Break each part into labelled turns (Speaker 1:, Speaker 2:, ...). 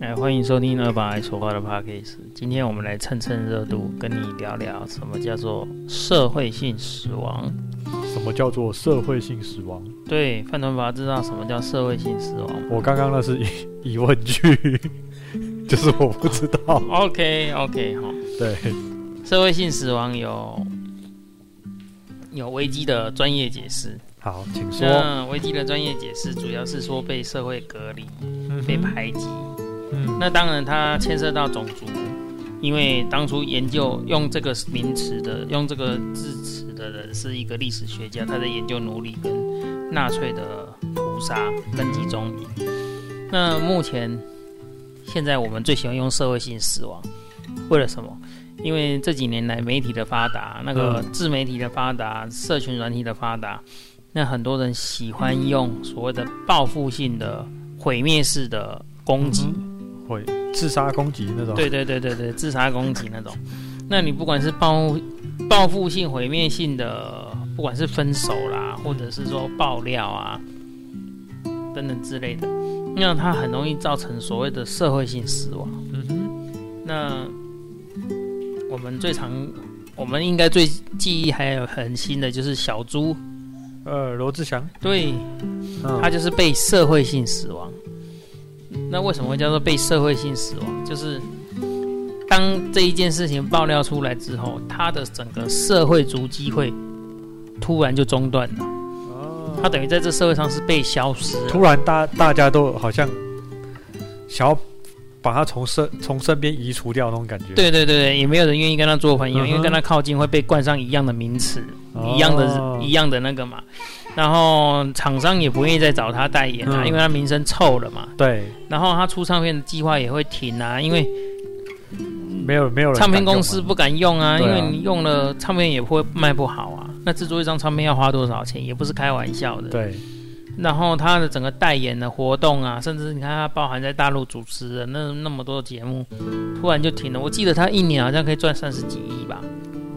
Speaker 1: 哎欢迎收听二宝爱说话的 Podcast。今天我们来蹭蹭热度，跟你聊聊什么叫做社会性死亡。
Speaker 2: 什么叫做社会性死亡？
Speaker 1: 对，范团法知道什么叫社会性死亡吗
Speaker 2: 我刚刚那是疑疑 问句，就是我不知道。
Speaker 1: 哦？OK OK 好，
Speaker 2: 对，
Speaker 1: 社会性死亡有有危机的专业解释。
Speaker 2: 好，请说。
Speaker 1: 那危机的专业解释主要是说被社会隔离、
Speaker 2: 嗯
Speaker 1: 被排挤。
Speaker 2: 嗯，
Speaker 1: 那当然，它牵涉到种族，因为当初研究用这个名词的、用这个字词的人是一个历史学家，他在研究奴隶跟纳粹的屠杀跟集中营。那目前，现在我们最喜欢用社会性死亡，为了什么？因为这几年来媒体的发达，那个自媒体的发达，社群软体的发达，那很多人喜欢用所谓的报复性的、毁灭式的攻
Speaker 2: 嗯
Speaker 1: 击。
Speaker 2: 会自杀攻击那种。
Speaker 1: 对对对对对，自杀攻击那种。那你不管是报复报复性、毁灭性的，不管是分手啦，或者是说爆料啊等等之类的，那它很容易造成所谓的社会性死亡。
Speaker 2: 嗯哼，
Speaker 1: 那我们最常，我们应该最记忆还有很新的就是小猪，
Speaker 2: 呃，罗志祥，
Speaker 1: 对，
Speaker 2: 嗯嗯
Speaker 1: 它就是被社会性死亡。那为什么会叫做被社会性死亡？就是当这一件事情爆料出来之后，它的整个社会足迹会突然就中断了。它等于在这社会上是被消失了。
Speaker 2: 哦突然大大家都好像想要把他从身从身边移除掉那种感觉。，
Speaker 1: 对对对对，也没有人愿意跟他做朋友，
Speaker 2: 嗯哼
Speaker 1: 因为跟他靠近会被冠上一样的名词，
Speaker 2: 哦
Speaker 1: 一样的一样的那个嘛。然后厂商也不愿意再找他代言啊，
Speaker 2: 嗯
Speaker 1: 因为他名声臭了嘛。
Speaker 2: 对，
Speaker 1: 然后他出唱片的计划也会停啊，因为
Speaker 2: 没有没有人
Speaker 1: 嗯
Speaker 2: 敢
Speaker 1: 唱
Speaker 2: 用嘛。
Speaker 1: 片公司不敢用啊，因
Speaker 2: 对啊
Speaker 1: 为你用了唱片也会卖不好啊。那制作一张唱片要花多少钱，也不是开玩笑的。
Speaker 2: 对，
Speaker 1: 然后他的整个代言的活动啊，甚至你看他包含在大陆主持的那那么多节目，突然就停了。我记得他一年好像可以赚三十几亿吧。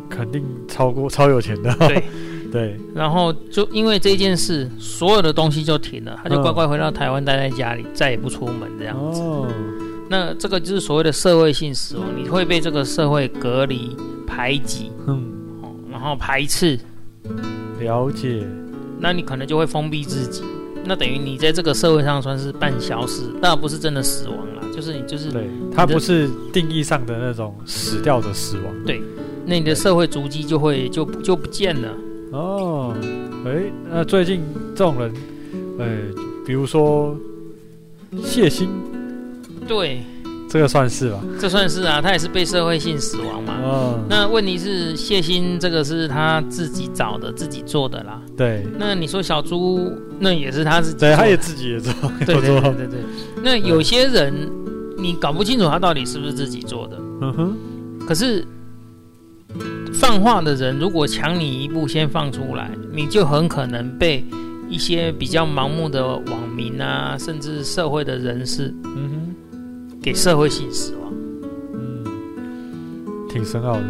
Speaker 2: 肯定超过超有钱的。
Speaker 1: 对
Speaker 2: 对，
Speaker 1: 然后就因为这件事，所有的东西就停了，他就
Speaker 2: 嗯
Speaker 1: 乖乖回到台湾待在家里，再也不出门这样。
Speaker 2: 哦，
Speaker 1: 那这个就是所谓的社会性死亡，你会被这个社会隔离、排挤，
Speaker 2: 嗯，
Speaker 1: 哦然后排斥。
Speaker 2: 了解。
Speaker 1: 那你可能就会封闭自己。那等于你在这个社会上算是半消失，那不是真的死亡啦，就是你就是
Speaker 2: 对，它
Speaker 1: 你的
Speaker 2: 不是定义上的那种死掉的死亡。
Speaker 1: 那你的社会足迹就会就就不见了。
Speaker 2: 哦，诶，那最近这种人，呃，比如说谢欣，
Speaker 1: 对，
Speaker 2: 这个算是吧？
Speaker 1: 这算是啊，他也是被社会性死亡嘛。
Speaker 2: 嗯，
Speaker 1: 那问题是谢欣这个是他自己找的，自己做的啦。
Speaker 2: 对，
Speaker 1: 那你说小猪，那也是他自己做
Speaker 2: 对，
Speaker 1: 的，
Speaker 2: 他也自己也做，
Speaker 1: 对
Speaker 2: 有
Speaker 1: 对对
Speaker 2: 做，
Speaker 1: 对对。那有些人你搞不清楚他到底是不是自己做的，
Speaker 2: 嗯哼，
Speaker 1: 可是放话的人如果抢你一步先放出来，你就很可能被一些比较盲目的网民啊，甚至社会的人士
Speaker 2: 嗯
Speaker 1: 给社会性死亡。
Speaker 2: 哼，嗯，挺深奥的，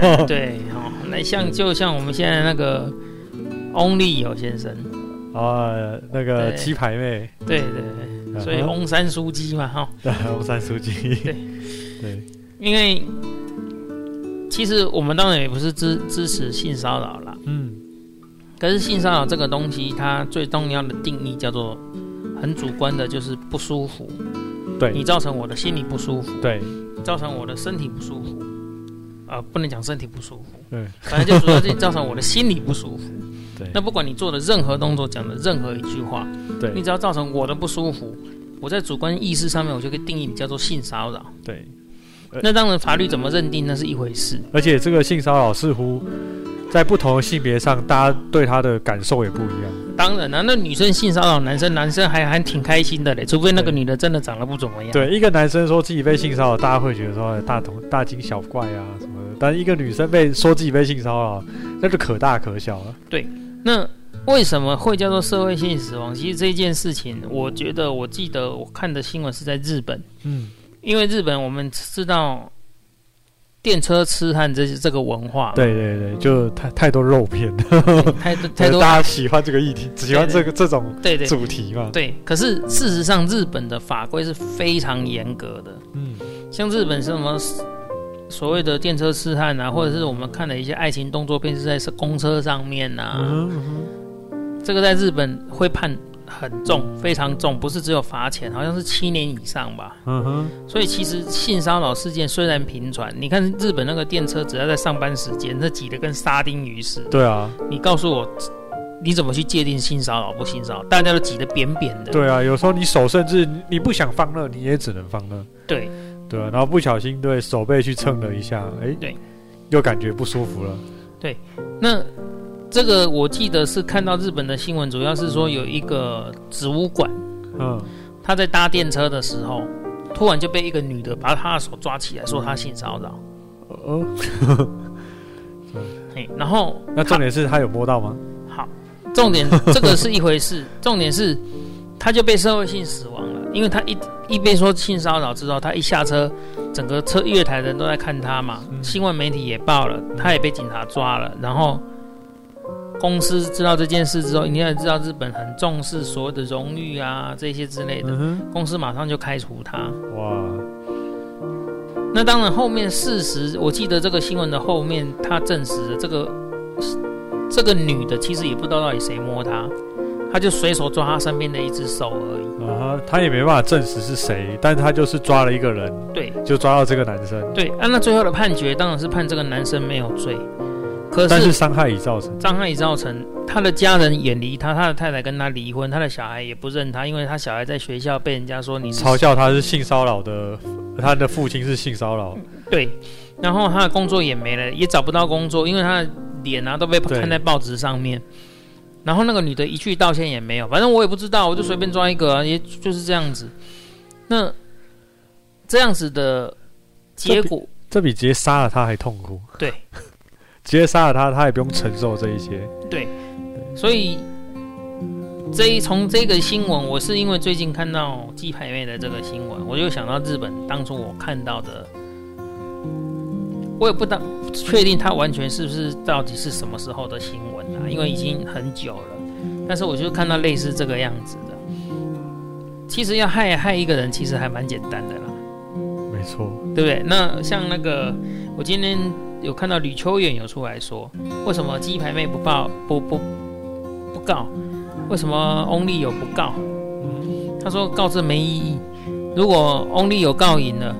Speaker 1: 呃对，哦，那像就像我们现在那个翁立友先生，
Speaker 2: 啊，那个
Speaker 1: 对
Speaker 2: 鸡排妹，
Speaker 1: 对对对，所以
Speaker 2: 嗯哼
Speaker 1: 翁山书记嘛，哈、
Speaker 2: 对， 红山书记，
Speaker 1: 对
Speaker 2: 对，
Speaker 1: 因为其实我们当然也不是支支持性骚扰啦，
Speaker 2: 嗯，
Speaker 1: 可是性骚扰这个东西，它最重要的定义叫做很主观的，就是不舒服。你
Speaker 2: 对，
Speaker 1: 造成我的心理不舒服，
Speaker 2: 对，
Speaker 1: 造成我的身体不舒服，啊、不能讲身体不舒服，
Speaker 2: 对，
Speaker 1: 反正就主要是造成我的心理不舒服。
Speaker 2: 对
Speaker 1: 那，不管你做的任何动作，讲的任何一句话，你
Speaker 2: 对，
Speaker 1: 只要造成我的不舒服，我在主观意识上面，我就可以定义你叫做性骚扰。
Speaker 2: 对，
Speaker 1: 那当然，法律怎么认定那是一回事。
Speaker 2: 而且这个性骚扰似乎在不同的性别上，大家对他的感受也不一样。
Speaker 1: 当然啦、那女生性骚扰男生，男生还还挺开心的嘞，除非那个
Speaker 2: 对
Speaker 1: 女的真的长得不怎么样。
Speaker 2: 对，一个男生说自己被性骚扰，大家会觉得说哎大同大惊小怪啊什么的，但一个女生被说自己被性骚扰，那就可大可小了。
Speaker 1: 那为什么会叫做社会性死亡？其实这件事情，我觉得我记得我看的新闻是在日本，
Speaker 2: 嗯，
Speaker 1: 因为日本我们知道电车痴汉这这个文化，
Speaker 2: 对对对，就太太多肉片，
Speaker 1: 太多太多
Speaker 2: 大家喜欢这个议题，喜欢这个这种
Speaker 1: 对对
Speaker 2: 主题嘛。
Speaker 1: 对。可是事实上，日本的法规是非常严格的，
Speaker 2: 嗯，
Speaker 1: 像日本什么所谓的电车痴汉啊，或者是我们看的一些爱情动作片是在公车上面啊，
Speaker 2: 嗯哼
Speaker 1: 这个在日本会判很重，非常重，不是只有罚钱，好像是七年以上吧。
Speaker 2: 嗯哼，
Speaker 1: 所以其实性骚扰事件虽然频传，你看日本那个电车，只要在上班时间，那挤得跟沙丁鱼似的。
Speaker 2: 对啊，
Speaker 1: 你告诉我，你怎么去界定性骚扰不性骚扰？大家都挤得扁扁的。
Speaker 2: 对啊，有时候你手甚至你不想放那，你也只能放那，
Speaker 1: 对
Speaker 2: 对啊，然后不小心对手背去蹭了一下，哎，
Speaker 1: 嗯对，
Speaker 2: 又感觉不舒服了。
Speaker 1: 那这个我记得是看到日本的新闻，主要是说有一个植物馆，
Speaker 2: 嗯，
Speaker 1: 他在搭电车的时候，突然就被一个女的把他的手抓起来，说他性骚扰。
Speaker 2: 哦，
Speaker 1: 嘿，然后
Speaker 2: 那重点是他有摸到吗？
Speaker 1: 好，重点这个是一回事，重点是他就被社会性死亡了，因为他一一被说性骚扰之后，他一下车，整个车月台的人都在看他嘛，
Speaker 2: 嗯
Speaker 1: 新闻媒体也报了，他也被警察抓了，然后。公司知道这件事之后，你也知道日本很重视所有的荣誉啊这些之类的，
Speaker 2: 嗯
Speaker 1: 公司马上就开除他。
Speaker 2: 哼，哇，
Speaker 1: 那当然，后面事实，我记得这个新闻的后面，他证实了这个这个女的其实也不知道到底谁摸她，她就随手抓她身边的一只手而已。
Speaker 2: 啊哈，他也没办法证实是谁，但他就是抓了一个人，
Speaker 1: 对
Speaker 2: 就抓到这个男生，
Speaker 1: 对，啊，那最后的判决当然是判这个男生没有罪，可
Speaker 2: 但是
Speaker 1: 是
Speaker 2: 伤害已造成。
Speaker 1: 伤害已造成，他的家人远离他，他的太太跟他离婚，他的小孩也不认他，因为他小孩在学校被人家说你是
Speaker 2: 嘲笑他是性骚扰的，他的父亲是性骚扰，
Speaker 1: 对，然后他的工作也没了，也找不到工作，因为他的脸啊都被
Speaker 2: 对
Speaker 1: 看在报纸上面。然后那个女的一句道歉也没有，反正我也不知道，我就随便抓一个、啊，也就是这样子。那这样子的结果，
Speaker 2: 这比直接杀了他还痛苦。
Speaker 1: 对，
Speaker 2: 直接杀了他，他也不用承受这一些。
Speaker 1: 所以这一从这个新闻，我是因为最近看到鸡排妹的这个新闻，我就想到日本当初我看到的，我也不当确定它完全是不是到底是什么时候的新闻啊，因为已经很久了，但是我就看到类似这个样子的。其实要害害一个人，其实还蛮简单的啦。
Speaker 2: 没错，
Speaker 1: 对不对？那像那个，我今天有看到吕秋远有出来说，为什么鸡排妹不报不不不告？为什么 Only 有不告？他说告这没意义。如果 Only 有告赢了，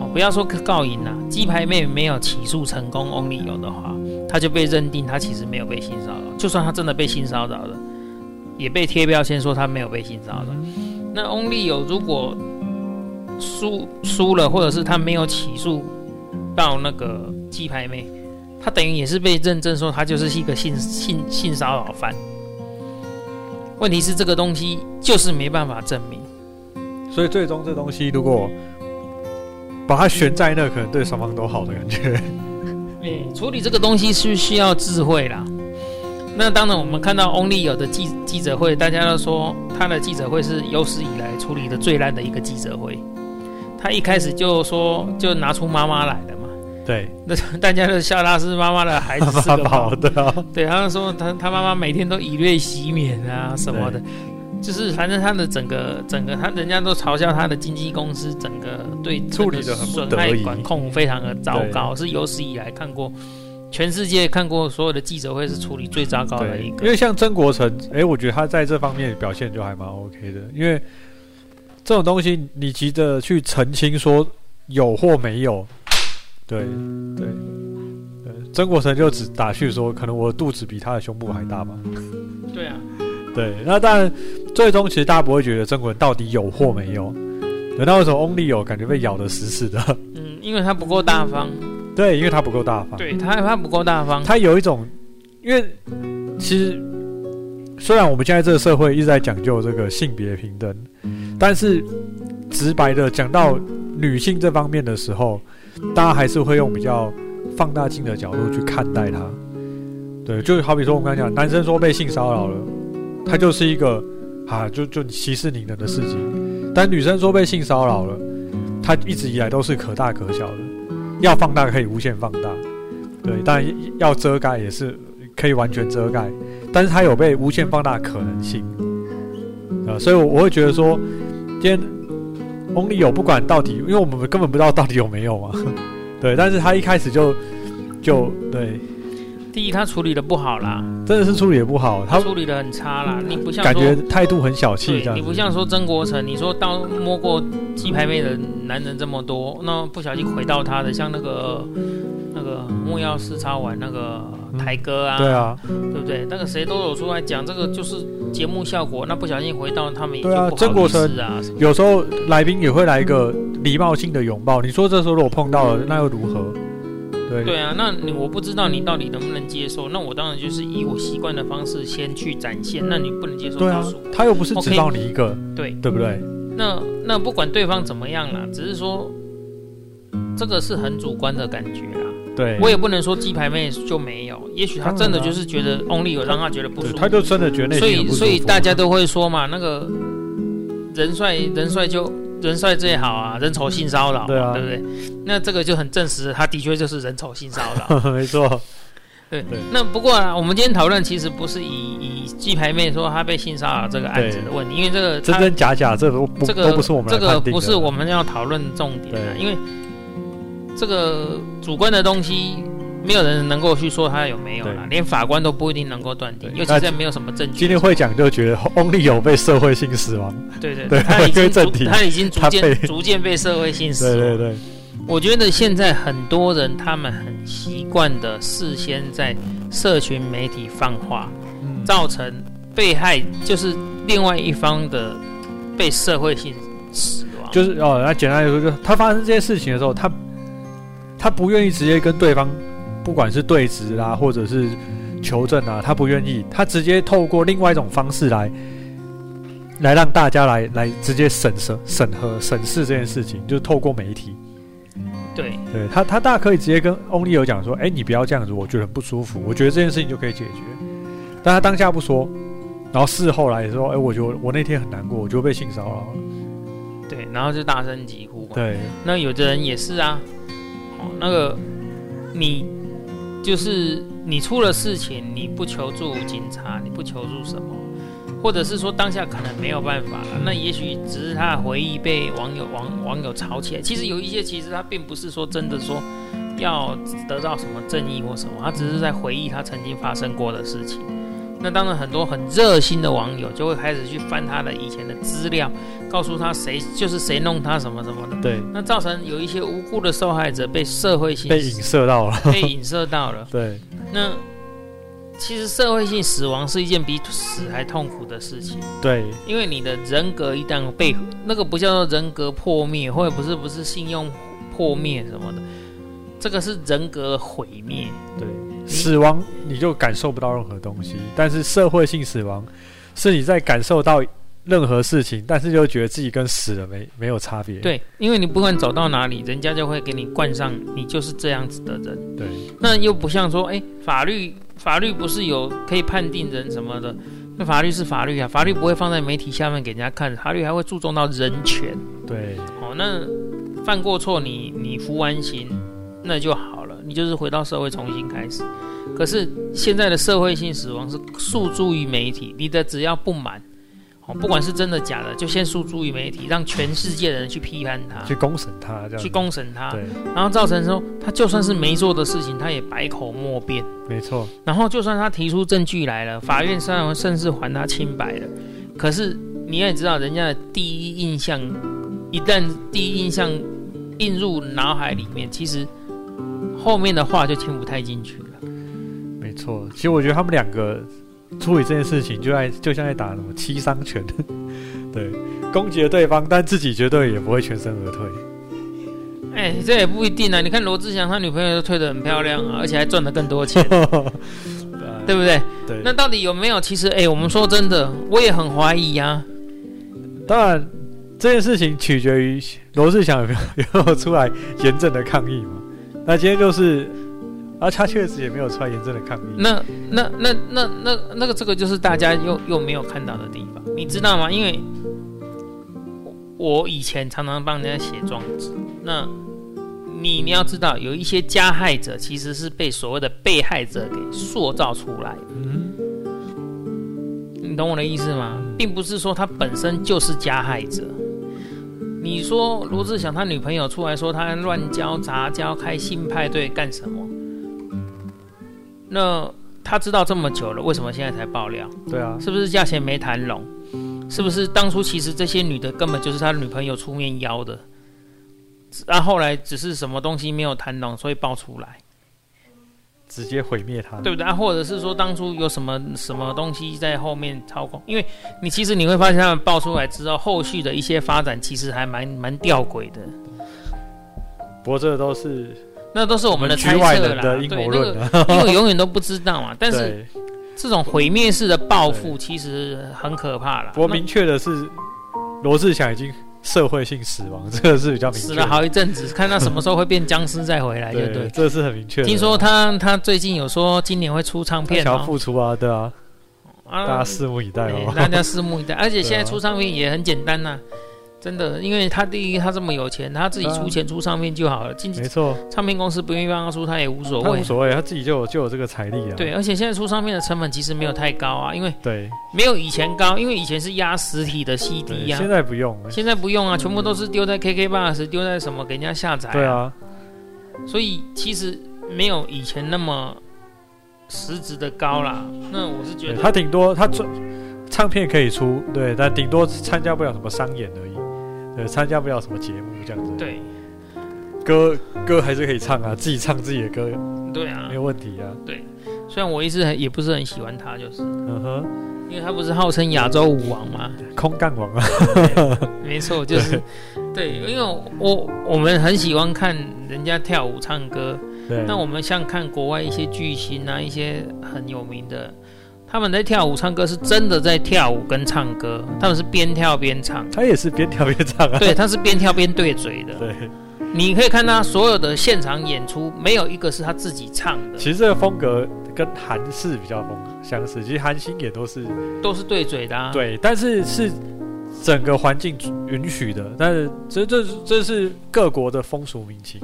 Speaker 1: 哦，不要说告赢了，鸡排妹没有起诉成功，Only 有的话，他就被认定他其实没有被性骚扰。就算他真的被性骚扰了，也被贴标签说他没有被性骚扰。那 Only 有如果输输了，或者是他没有起诉到那个鸡排妹，他等于也是被认证说他就是一个性性性骚扰犯。问题是这个东西就是没办法证明，
Speaker 2: 所以最终这东西如果把它悬在那，可能对双方都好的感觉。
Speaker 1: 哎，处理这个东西是需要智慧啦。那当然，我们看到 Only 有的记记者会，大家都说他的记者会是有史以来处理的最烂的一个记者会。他一开始就说，就拿出妈妈来了嘛，
Speaker 2: 对，
Speaker 1: 那大家都笑他是妈妈的孩子是
Speaker 2: 妈
Speaker 1: 个宝
Speaker 2: 宝的 啊，
Speaker 1: 对，他就说他他妈妈每天都以泪洗面
Speaker 2: 嗯
Speaker 1: 啊什么的，就是反正他的整个整个他人家都嘲笑他的经纪公司整个对
Speaker 2: 处理
Speaker 1: 这
Speaker 2: 得
Speaker 1: 个
Speaker 2: 很不
Speaker 1: 损
Speaker 2: 得
Speaker 1: 害
Speaker 2: 已
Speaker 1: 管控非常的糟糕，是有史以来看过全世界看过所有的记者会是处理最糟糕的
Speaker 2: 对，
Speaker 1: 一
Speaker 2: 因
Speaker 1: 个。
Speaker 2: 为像曾国成，哎，我觉得他在这方面表现就还蛮 OK 的，因为这种东西你急着去澄清说有或没有，对对对，曾国成就只打趣说，可能我的肚子比他的胸部还大吧。
Speaker 1: 对啊，
Speaker 2: 对，那当然，最终其实大家不会觉得曾国人到底有或没有。对，那为什么 Only 有感觉被咬得死死的？
Speaker 1: 嗯，因为他不够大方，
Speaker 2: 对，因为他不够大方。，
Speaker 1: 对他他不够大方，
Speaker 2: 他有一种，因为其实虽然我们现在这个社会一直在讲究这个性别平等，但是直白的讲到女性这方面的时候，大家还是会用比较放大镜的角度去看待它。对，就好比说我们刚才讲，男生说被性骚扰了，他就是一个啊，就就息事宁人的事情；但女生说被性骚扰了，他一直以来都是可大可小的。要放大可以无限放大，
Speaker 1: 嗯
Speaker 2: 对，当然要遮盖也是可以完全遮盖，但是它有被无限放大的可能性，啊、所以我我会觉得说，今天 Only 有不管到底，因为我们根本不知道到底有没有嘛，对，但是他一开始就就对，
Speaker 1: 第一，他处理的不好啦，
Speaker 2: 真的是处理也不好，他
Speaker 1: 处理的很差啦。你不像
Speaker 2: 感觉
Speaker 1: 说，
Speaker 2: 态度很小气
Speaker 1: 对
Speaker 2: 这样
Speaker 1: 你不
Speaker 2: 子，
Speaker 1: 像说曾国成，你说到摸过鸡排妹的男人这么多，那不小心回到他的，像那个那个木曜四超玩那个台哥啊，
Speaker 2: 嗯对啊，
Speaker 1: 对不对？那个谁都有出来讲，这个就是节目效果。那不小心回到他们也就
Speaker 2: 对啊
Speaker 1: 不
Speaker 2: 曾
Speaker 1: 好意
Speaker 2: 国成
Speaker 1: 思啊。什么
Speaker 2: 有时候来宾也会来一个礼貌性的拥抱，你说这时候如果碰到了，那又如何？对
Speaker 1: 对啊，那你我不知道你到底能不能接受。那我当然就是以我习惯的方式先去展现。那你不能接受
Speaker 2: 对
Speaker 1: 告
Speaker 2: 啊
Speaker 1: 诉我，
Speaker 2: 他又不是
Speaker 1: OK
Speaker 2: 只帮你一个，
Speaker 1: 对
Speaker 2: 对不对？
Speaker 1: 那那不管对方怎么样啦，只是说这个是很主观的感觉啊啦。
Speaker 2: 对，
Speaker 1: 我也不能说鸡排妹就没有，也许她真的就是觉得 Only 有让她觉得不
Speaker 2: 对
Speaker 1: 舒服，
Speaker 2: 他就真的觉得内
Speaker 1: 所
Speaker 2: 心很
Speaker 1: 以
Speaker 2: 不舒服
Speaker 1: 所以大家都会说嘛，那个人帅人帅就人帅最好啊，人丑性骚扰嘛，
Speaker 2: 对啊
Speaker 1: 对不对？那这个就很证实了，他的确就是人丑性骚扰。
Speaker 2: 没错，
Speaker 1: 对
Speaker 2: 对，
Speaker 1: 那不过啊，我们今天讨论其实不是以以鸡排妹说她被性骚扰这个案子的问题，因为这个
Speaker 2: 真
Speaker 1: 她
Speaker 2: 真假假这都不
Speaker 1: 这个
Speaker 2: 都不是我们
Speaker 1: 这
Speaker 2: 来
Speaker 1: 个
Speaker 2: 判定的
Speaker 1: 不是我们要讨论重点啊，
Speaker 2: 对
Speaker 1: 因为这个主观的东西。没有人能够去说他有没有啦，
Speaker 2: 对
Speaker 1: 连法官都不一定能够断定，
Speaker 2: 对
Speaker 1: 尤其在没有什么证据的
Speaker 2: 今天会讲就觉得 Only 有被社会性死亡，
Speaker 1: 对对
Speaker 2: 对
Speaker 1: 他已
Speaker 2: 回
Speaker 1: 经
Speaker 2: 归正
Speaker 1: 逐
Speaker 2: 题
Speaker 1: 他已经逐
Speaker 2: 他被
Speaker 1: 渐 逐渐被社会性死
Speaker 2: 对
Speaker 1: 亡。
Speaker 2: 对对，
Speaker 1: 我觉得现在很多人他们很习惯的事先在社群媒体放话，
Speaker 2: 嗯
Speaker 1: 造成被害就是另外一方的被社会性死亡。
Speaker 2: 就是哦，那简单来说，就是他发生这些事情的时候，他他不愿意直接跟对方，不管是对质啦，或者是求证啊，他不愿意，他直接透过另外一种方式来，来让大家来来直接审审审核审视这件事情，就是透过媒体，
Speaker 1: 对
Speaker 2: 对他他大可以直接跟 Only 有讲说，哎、你不要这样子，我觉得很不舒服，我觉得这件事情就可以解决，但他当下不说。然后事后来说，哎，我觉得我那天很难过，我就被性骚扰了。
Speaker 1: 对，然后就大声疾呼嘛。
Speaker 2: 对，
Speaker 1: 那有的人也是啊，哦，那个你就是你出了事情，你不求助警察，你不求助什么，或者是说当下可能没有办法了，那也许只是他的回忆被网友网网友吵起来。其实有一些其实他并不是说真的说要得到什么正义或什么，他只是在回忆他曾经发生过的事情。那当然，很多很热心的网友就会开始去翻他的以前的资料，告诉他谁就是谁弄他什么什么的。
Speaker 2: 对，
Speaker 1: 那造成有一些无辜的受害者被社会性
Speaker 2: 被影射到了。
Speaker 1: 被影射到了。
Speaker 2: 对，
Speaker 1: 那其实社会性死亡是一件比死还痛苦的事情，
Speaker 2: 对，
Speaker 1: 因为你的人格一旦被那个不叫做人格破灭，或者不是不是信用破灭什么的，这个是人格毁灭。
Speaker 2: 对，死亡你就感受不到任何东西，但是社会性死亡是你在感受到任何事情，但是又觉得自己跟死了没没有差别。
Speaker 1: 对，因为你不管走到哪里，人家就会给你冠上你就是这样子的人。
Speaker 2: 对
Speaker 1: 那又不像说，哎、法律法律不是有可以判定人什么的，那法律是法律啊，法律不会放在媒体下面给人家看，法律还会注重到人权。
Speaker 2: 对
Speaker 1: 哦，那犯过错你你服完刑那就好了，你就是回到社会重新开始。可是现在的社会性死亡是诉诸于媒体，你的只要不满，哦，不管是真的假的，就先诉诸于媒体，让全世界的人去批判他，
Speaker 2: 去公审他这样
Speaker 1: 去
Speaker 2: 子。
Speaker 1: 公审他，
Speaker 2: 对，
Speaker 1: 然后造成说他就算是没做的事情，他也百口莫辩。
Speaker 2: 没错，
Speaker 1: 然后就算他提出证据来了，法院虽然甚至还他清白了，可是你也知道，人家的第一印象，一旦第一印象印入脑海里面，其实后面的话就听不太进去了。
Speaker 2: 没错。其实我觉得他们两个处理这件事情，就在就像在打什么七伤拳， 对，攻击了对方，但自己绝对也不会全身而退。，
Speaker 1: 哎，这也不一定啊！你看罗志祥他女朋友都退得很漂亮啊，而且还赚得更多钱
Speaker 2: 呃
Speaker 1: 对不对？
Speaker 2: 对，
Speaker 1: 那到底有没有？其实，哎，我们说真的，我也很怀疑啊。
Speaker 2: 当然，这件事情取决于罗志祥有没有有没有出来严正的抗议嘛。那今天就是，啊，他确实也没有出来严正的抗议。
Speaker 1: 那那那那那那个这个就是大家又又没有看到的地方，你知道吗？因为我我以前常常帮人家写状纸，那你你要知道，有一些加害者其实是被所谓的被害者给塑造出来的，
Speaker 2: 嗯
Speaker 1: 你懂我的意思吗？并不是说他本身就是加害者。你说罗志祥他女朋友出来说他乱交、杂交、开性派对干什么？那他知道这么久了，为什么现在才爆料？
Speaker 2: 对啊，
Speaker 1: 是不是价钱没谈拢？是不是当初其实这些女的根本就是他女朋友出面邀的？啊，后来只是什么东西没有谈拢，所以爆出来，
Speaker 2: 直接毁灭他。
Speaker 1: 对不对？啊，或者是说当初有什么什么东西在后面操控？因为你其实你会发现，他们爆出来之后，后续的一些发展其实还蛮蛮吊诡的。
Speaker 2: 不过这都是
Speaker 1: 那都是我们的
Speaker 2: 局
Speaker 1: 猜
Speaker 2: 外
Speaker 1: 测
Speaker 2: 人
Speaker 1: 啦，
Speaker 2: 的
Speaker 1: 对，
Speaker 2: 阴
Speaker 1: 那
Speaker 2: 谋
Speaker 1: 个
Speaker 2: 论 啊。
Speaker 1: 因为永远都不知道嘛。但是
Speaker 2: 对，
Speaker 1: 这种毁灭式的报复其实很可怕啦。
Speaker 2: 不过明确的是，罗志祥已经社会性死亡，这个是比较明确
Speaker 1: 死
Speaker 2: 的。
Speaker 1: 了嗯好一阵子，看他什么时候会变僵尸再回来，就
Speaker 2: 对，
Speaker 1: 对。
Speaker 2: 这是很明确的。
Speaker 1: 听说他他最近有说今年会出唱
Speaker 2: 他
Speaker 1: 片
Speaker 2: 想要
Speaker 1: 哦，
Speaker 2: 付出啊，对啊，大家
Speaker 1: 啊，
Speaker 2: 拭目以待
Speaker 1: 对
Speaker 2: 哦。
Speaker 1: 大家拭目以待。而且现在
Speaker 2: 对啊
Speaker 1: 出唱片也很简单呐、真的，因为他第一他这么有钱，他自己出钱出唱片就好了，经
Speaker 2: 没错，
Speaker 1: 唱片公司不愿意帮他出，他也无所
Speaker 2: 他
Speaker 1: 谓啊
Speaker 2: 无。所谓，他自己就有就有这个财力啊。
Speaker 1: 对，而且现在出唱片的成本其实没有太高啊，因为
Speaker 2: 对
Speaker 1: 没有以前高，因为以前是压实体的 CD
Speaker 2: 对，
Speaker 1: 呀、
Speaker 2: 现
Speaker 1: 啊，
Speaker 2: 在嗯不用。
Speaker 1: 现在不用啊，全部都是丢在 KKBox，丢在什么给人家下载、
Speaker 2: 对啊，
Speaker 1: 所以其实没有以前那么实质的高啦。那我是觉
Speaker 2: 对
Speaker 1: 得
Speaker 2: 他顶多他专唱片可以出，对，但顶多参加不了什么商演而已，对，参加不了什么节目这样子。，
Speaker 1: 对
Speaker 2: 歌歌还是可以唱啊，自己唱自己的歌
Speaker 1: 对啊
Speaker 2: 没，有问题啊。
Speaker 1: 虽然我一直很也不是很喜欢他，就是
Speaker 2: 嗯哼，
Speaker 1: 因为他不是号称亚洲舞王嘛，
Speaker 2: 空干王啊，
Speaker 1: 没错，就是 对，因为我我我们很喜欢看人家跳舞唱歌，
Speaker 2: 对，
Speaker 1: 那我们像看国外一些巨星啊，一些很有名的，他们在跳舞唱歌是真的在跳舞跟唱歌，他们是边跳边
Speaker 2: ，
Speaker 1: 唱
Speaker 2: 他也是边跳边唱啊。
Speaker 1: 对，他是边跳边对嘴的，
Speaker 2: 对，
Speaker 1: 你可以看他所有的现场演出，没有一个是他自己唱的，
Speaker 2: 其实这个风格跟韩式比较风相似，其实韩星也都是
Speaker 1: 都是对嘴的、啊。，
Speaker 2: 对，但是是整个环境允许的，但是这这这是各国的风俗民情。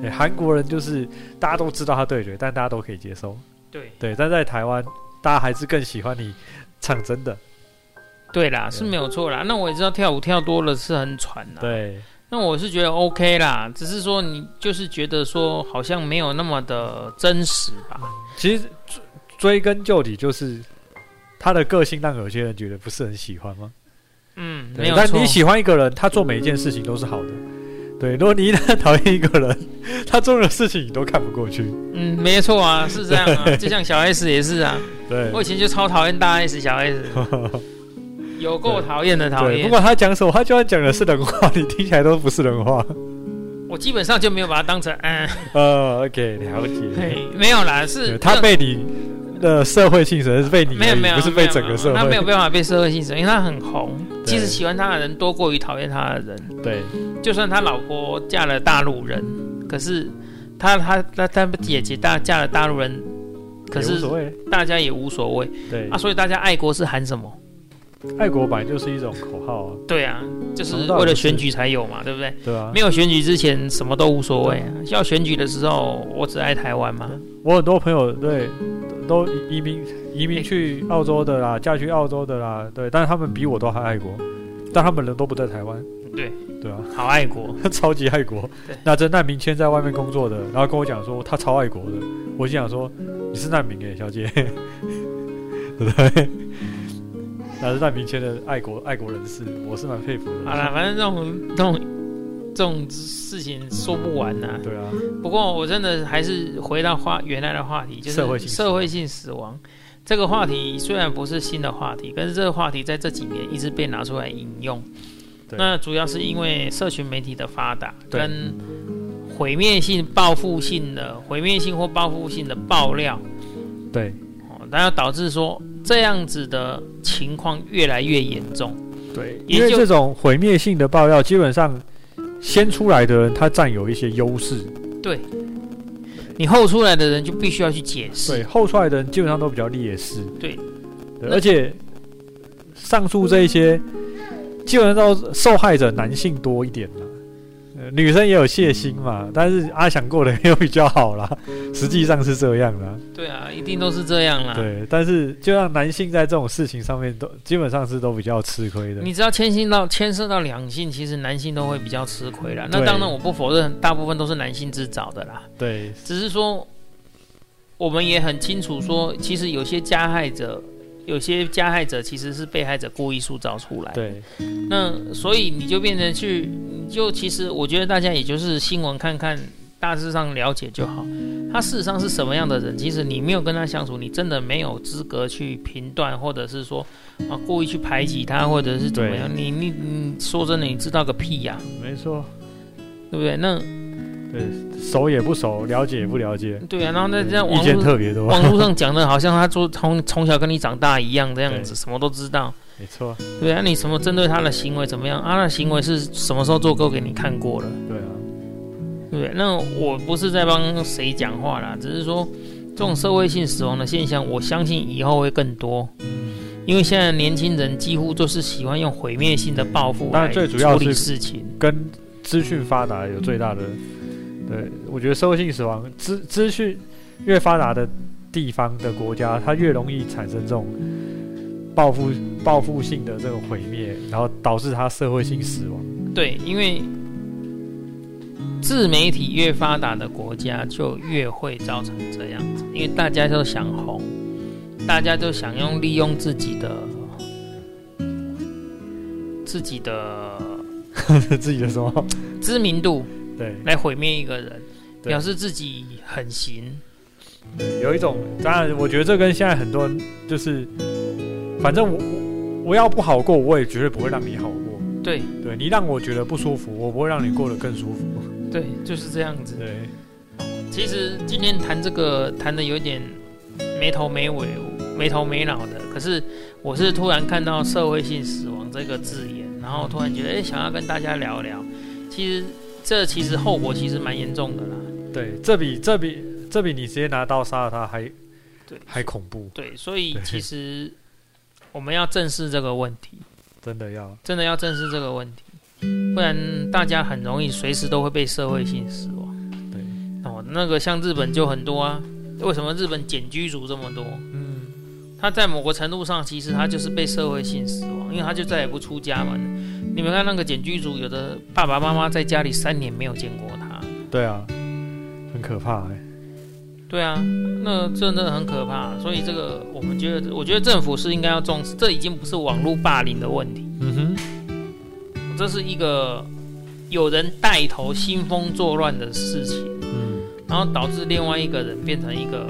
Speaker 2: 对，韩国人就是大家都知道他对决，但大家都可以接受。
Speaker 1: 对，
Speaker 2: 对，但在台湾，大家还是更喜欢你唱真的。
Speaker 1: 对啦，是没有错啦。那我也知道跳舞跳多了是很喘啊啦。，
Speaker 2: 对，
Speaker 1: 那我是觉得 OK 啦，只是说你就是觉得说好像没有那么的真实吧。
Speaker 2: 其实追追根究底就是他的个性让有些人觉得不是很喜欢吗？
Speaker 1: 嗯，
Speaker 2: 对
Speaker 1: 没有
Speaker 2: 但
Speaker 1: 错
Speaker 2: 你。喜欢一个人，他做每一件事情都是好的。对，如果你一旦讨厌一个人， 他做的事情你都看不过去。
Speaker 1: 嗯，没错啊，是这样啊。 就像小 S 也是啊，
Speaker 2: 对，
Speaker 1: 我以前就超讨厌大 S 小 S，有够讨厌的讨
Speaker 2: 对，不
Speaker 1: 厌。
Speaker 2: 管他讲什么，他就算讲的是人话，你听起来都不是人话。
Speaker 1: 我基本上就没有把它当成嗯，
Speaker 2: 呃，OK，了解。
Speaker 1: 嘿没有啦，是
Speaker 2: 对他被你的社会性损失，是被你而已，
Speaker 1: 没有没有，
Speaker 2: 不是被整个社
Speaker 1: 他没有
Speaker 2: 会。
Speaker 1: 办法被社会性审，因为他很红。
Speaker 2: 对
Speaker 1: 其实喜欢他的人多过于讨厌他的人，
Speaker 2: 对，
Speaker 1: 就算他老婆嫁了大陆人，可是他他他他姐姐大嫁了大陆人，可
Speaker 2: 也无
Speaker 1: 是
Speaker 2: 所谓。
Speaker 1: 大家也无所谓
Speaker 2: 对
Speaker 1: 啊，，所以大家爱国是喊什么？
Speaker 2: 爱国本来就是一种口号啊，
Speaker 1: 对啊，就是
Speaker 2: 什么都不是
Speaker 1: 为了选举才有嘛，对不对？
Speaker 2: 对吧
Speaker 1: 没？有选举之前什么都无所谓啊，要选举的时候我只爱台湾嘛。
Speaker 2: 我很多朋友对都移民移民去澳洲的啦，嫁去澳洲的啦，对，但是他们比我都还爱国，但他们人都不在台湾。
Speaker 1: 对，
Speaker 2: 对啊，
Speaker 1: 好爱国，
Speaker 2: 超级爱国
Speaker 1: 对。
Speaker 2: 那这难民签在外面工作的，然后跟我讲说他超爱国的，我心想说你是难民哎、小姐， 对不对？那是难民签的爱国爱国人士，我是蛮佩服的。
Speaker 1: 好啦，反正这种这种这种事情说不完呐、
Speaker 2: 对啊，
Speaker 1: 不过我真的还是回到话原来的话题，就是
Speaker 2: 社会性死亡
Speaker 1: 社会性死亡这个话题虽然不是新的话题，但是这个话题在这几年一直被拿出来引用。
Speaker 2: 对
Speaker 1: 那主要是因为社群媒体的发达
Speaker 2: 对
Speaker 1: 跟毁灭性、报复性的毁灭性或报复性的爆料，
Speaker 2: 对
Speaker 1: 哦，然后导致说这样子的情况越来越严重。
Speaker 2: 对，
Speaker 1: 也
Speaker 2: 因为
Speaker 1: 就
Speaker 2: 这种毁灭性的爆料，基本上先出来的人他占有一些优势，
Speaker 1: 你后出来的人就必须要去解释
Speaker 2: 对，，后出来的人基本上都比较劣势。
Speaker 1: 对
Speaker 2: 对，
Speaker 1: 那
Speaker 2: 而且上述这一些，基本上都受害者男性多一点啦。呃，呃女生也有谢心
Speaker 1: 嗯
Speaker 2: 嘛，但是阿翔过得又比较好啦，实际上是这样啦。
Speaker 1: 对嗯啊，一定都是这样啦。
Speaker 2: 对，但是就让男性在这种事情上面都基本上是都比较吃亏的。
Speaker 1: 你只要牵涉到牵涉到两性，其实男性都会比较吃亏啦。那
Speaker 2: 对
Speaker 1: 当然，我不否认，大部分都是男性自找的啦。
Speaker 2: 对，
Speaker 1: 只是说，我们也很清楚说，其实有些加害者，有些加害者其实是被害者故意塑造出来。，
Speaker 2: 对，
Speaker 1: 那所以你就变成去，你就其实我觉得大家也就是新闻看看，大致上了解就好。他事实上是什么样的人，其实你没有跟他相处，你真的没有资格去评断，或者是说啊故意去排挤他，或者是怎么样。你你你说真的，你知道个屁呀、
Speaker 2: 没错，
Speaker 1: 对不对？那
Speaker 2: 熟也不熟，了解也不了解，
Speaker 1: 对啊，然后在在
Speaker 2: 意
Speaker 1: 网
Speaker 2: 见
Speaker 1: 络
Speaker 2: 特别多。
Speaker 1: 网络上讲的好像他做从从小跟你长大一样这样子，
Speaker 2: 对
Speaker 1: 什么都知道。
Speaker 2: 没错，
Speaker 1: 对啊，你什么针对他的行为怎么样啊？那行为是什么时候做够给你看过了？
Speaker 2: 对啊，
Speaker 1: 对不对？那我不是在帮谁讲话啦，只是说这种社会性死亡的现象，我相信以后会更多。
Speaker 2: 嗯
Speaker 1: 因为现在年轻人几乎都是喜欢用毁灭性的报复
Speaker 2: 当
Speaker 1: 来
Speaker 2: 然
Speaker 1: 处
Speaker 2: 最主要
Speaker 1: 理
Speaker 2: 是
Speaker 1: 事情。
Speaker 2: 跟资讯发达有最大的，对我觉得社会性死亡，资资讯越发达的地方的国家，它越容易产生这种报复报复性的这种毁灭，然后导致它社会性死亡。
Speaker 1: 对，因为自媒体越发达的国家，就越会造成这样子，因为大家都想红，大家都想用利用自己的自己的
Speaker 2: 自己的什么？
Speaker 1: 知名度
Speaker 2: 对，
Speaker 1: 来毁灭一个人，
Speaker 2: 对
Speaker 1: 表示自己很行。
Speaker 2: 对有一种，当然我觉得这跟现在很多人就是，反正我我我要不好过，我也绝对不会让你好过。
Speaker 1: 对
Speaker 2: 对你让我觉得不舒服，我不会让你过得更舒服。
Speaker 1: 对，就是这样子。
Speaker 2: 对，
Speaker 1: 其实今天谈这个谈的有点没头没尾、没头没脑的，可是我是突然看到“社会性死亡”这个字眼，然后突然觉得，哎、想要跟大家聊聊。其实这其实后果其实蛮严重的啦。
Speaker 2: 对，这比这比这比你直接拿刀杀了他还
Speaker 1: 对
Speaker 2: 还恐怖，
Speaker 1: 对，所以
Speaker 2: 对
Speaker 1: 其实我们要正视这个问题，
Speaker 2: 真的要
Speaker 1: 真的要正视这个问题，不然大家很容易随时都会被社会性死亡。
Speaker 2: 对，
Speaker 1: 哦，那个像日本就很多啊，为什么日本检居族这么多？
Speaker 2: 嗯，
Speaker 1: 他在某个程度上，其实他就是被社会性死亡，因为他就再也不出家门了。你们看那个检居族，有的爸爸妈妈在家里三年没有见过他，
Speaker 2: 对啊，很可怕哎、
Speaker 1: 对啊，那真的很可怕。啊所以这个，我们觉得，我觉得政府是应该要重视，这已经不是网络霸凌的问题，
Speaker 2: 嗯哼，
Speaker 1: 这是一个有人带头兴风作乱的事情，
Speaker 2: 嗯，
Speaker 1: 然后导致另外一个人变成一个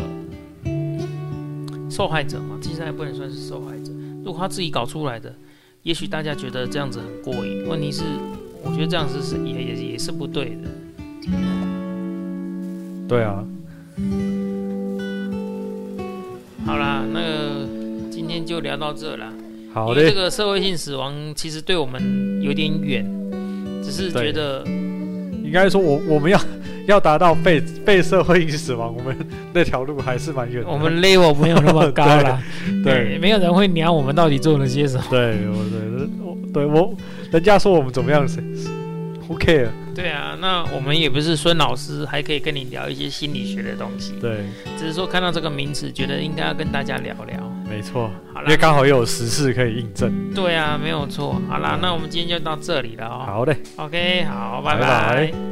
Speaker 1: 受害者嘛，其实还不能算是受害者。如果他自己搞出来的，也许大家觉得这样子很过瘾。问题是，我觉得这样子是也也也是不对的。
Speaker 2: 对啊，
Speaker 1: 好啦，那个今天就聊到这啦。
Speaker 2: 好
Speaker 1: 因为
Speaker 2: 嘞
Speaker 1: 这，个社会性死亡其实对我们有点远，只是觉得
Speaker 2: 应该说我我们要要达到被被社会性死亡，我们那条路还是蛮远的。
Speaker 1: 我们 level 没有那么高 啦。
Speaker 2: 对
Speaker 1: 没有人会鸟我们到底做了些什么。
Speaker 2: 对，我对我对我，人家说我们怎么样，谁？Who care？
Speaker 1: 对啊，那我们也不是孙老师，还可以跟你聊一些心理学的东西。
Speaker 2: 对，
Speaker 1: 只是说看到这个名词，觉得应该要跟大家聊聊。
Speaker 2: 没错，
Speaker 1: 好
Speaker 2: 因为
Speaker 1: 啦，
Speaker 2: 刚好也有时事可以印证。
Speaker 1: 对啊，没有错。好啦，那我们今天就到这里了哦。
Speaker 2: 嗯好嘞。
Speaker 1: 好，OK，好，拜
Speaker 2: 拜
Speaker 1: 拜
Speaker 2: 拜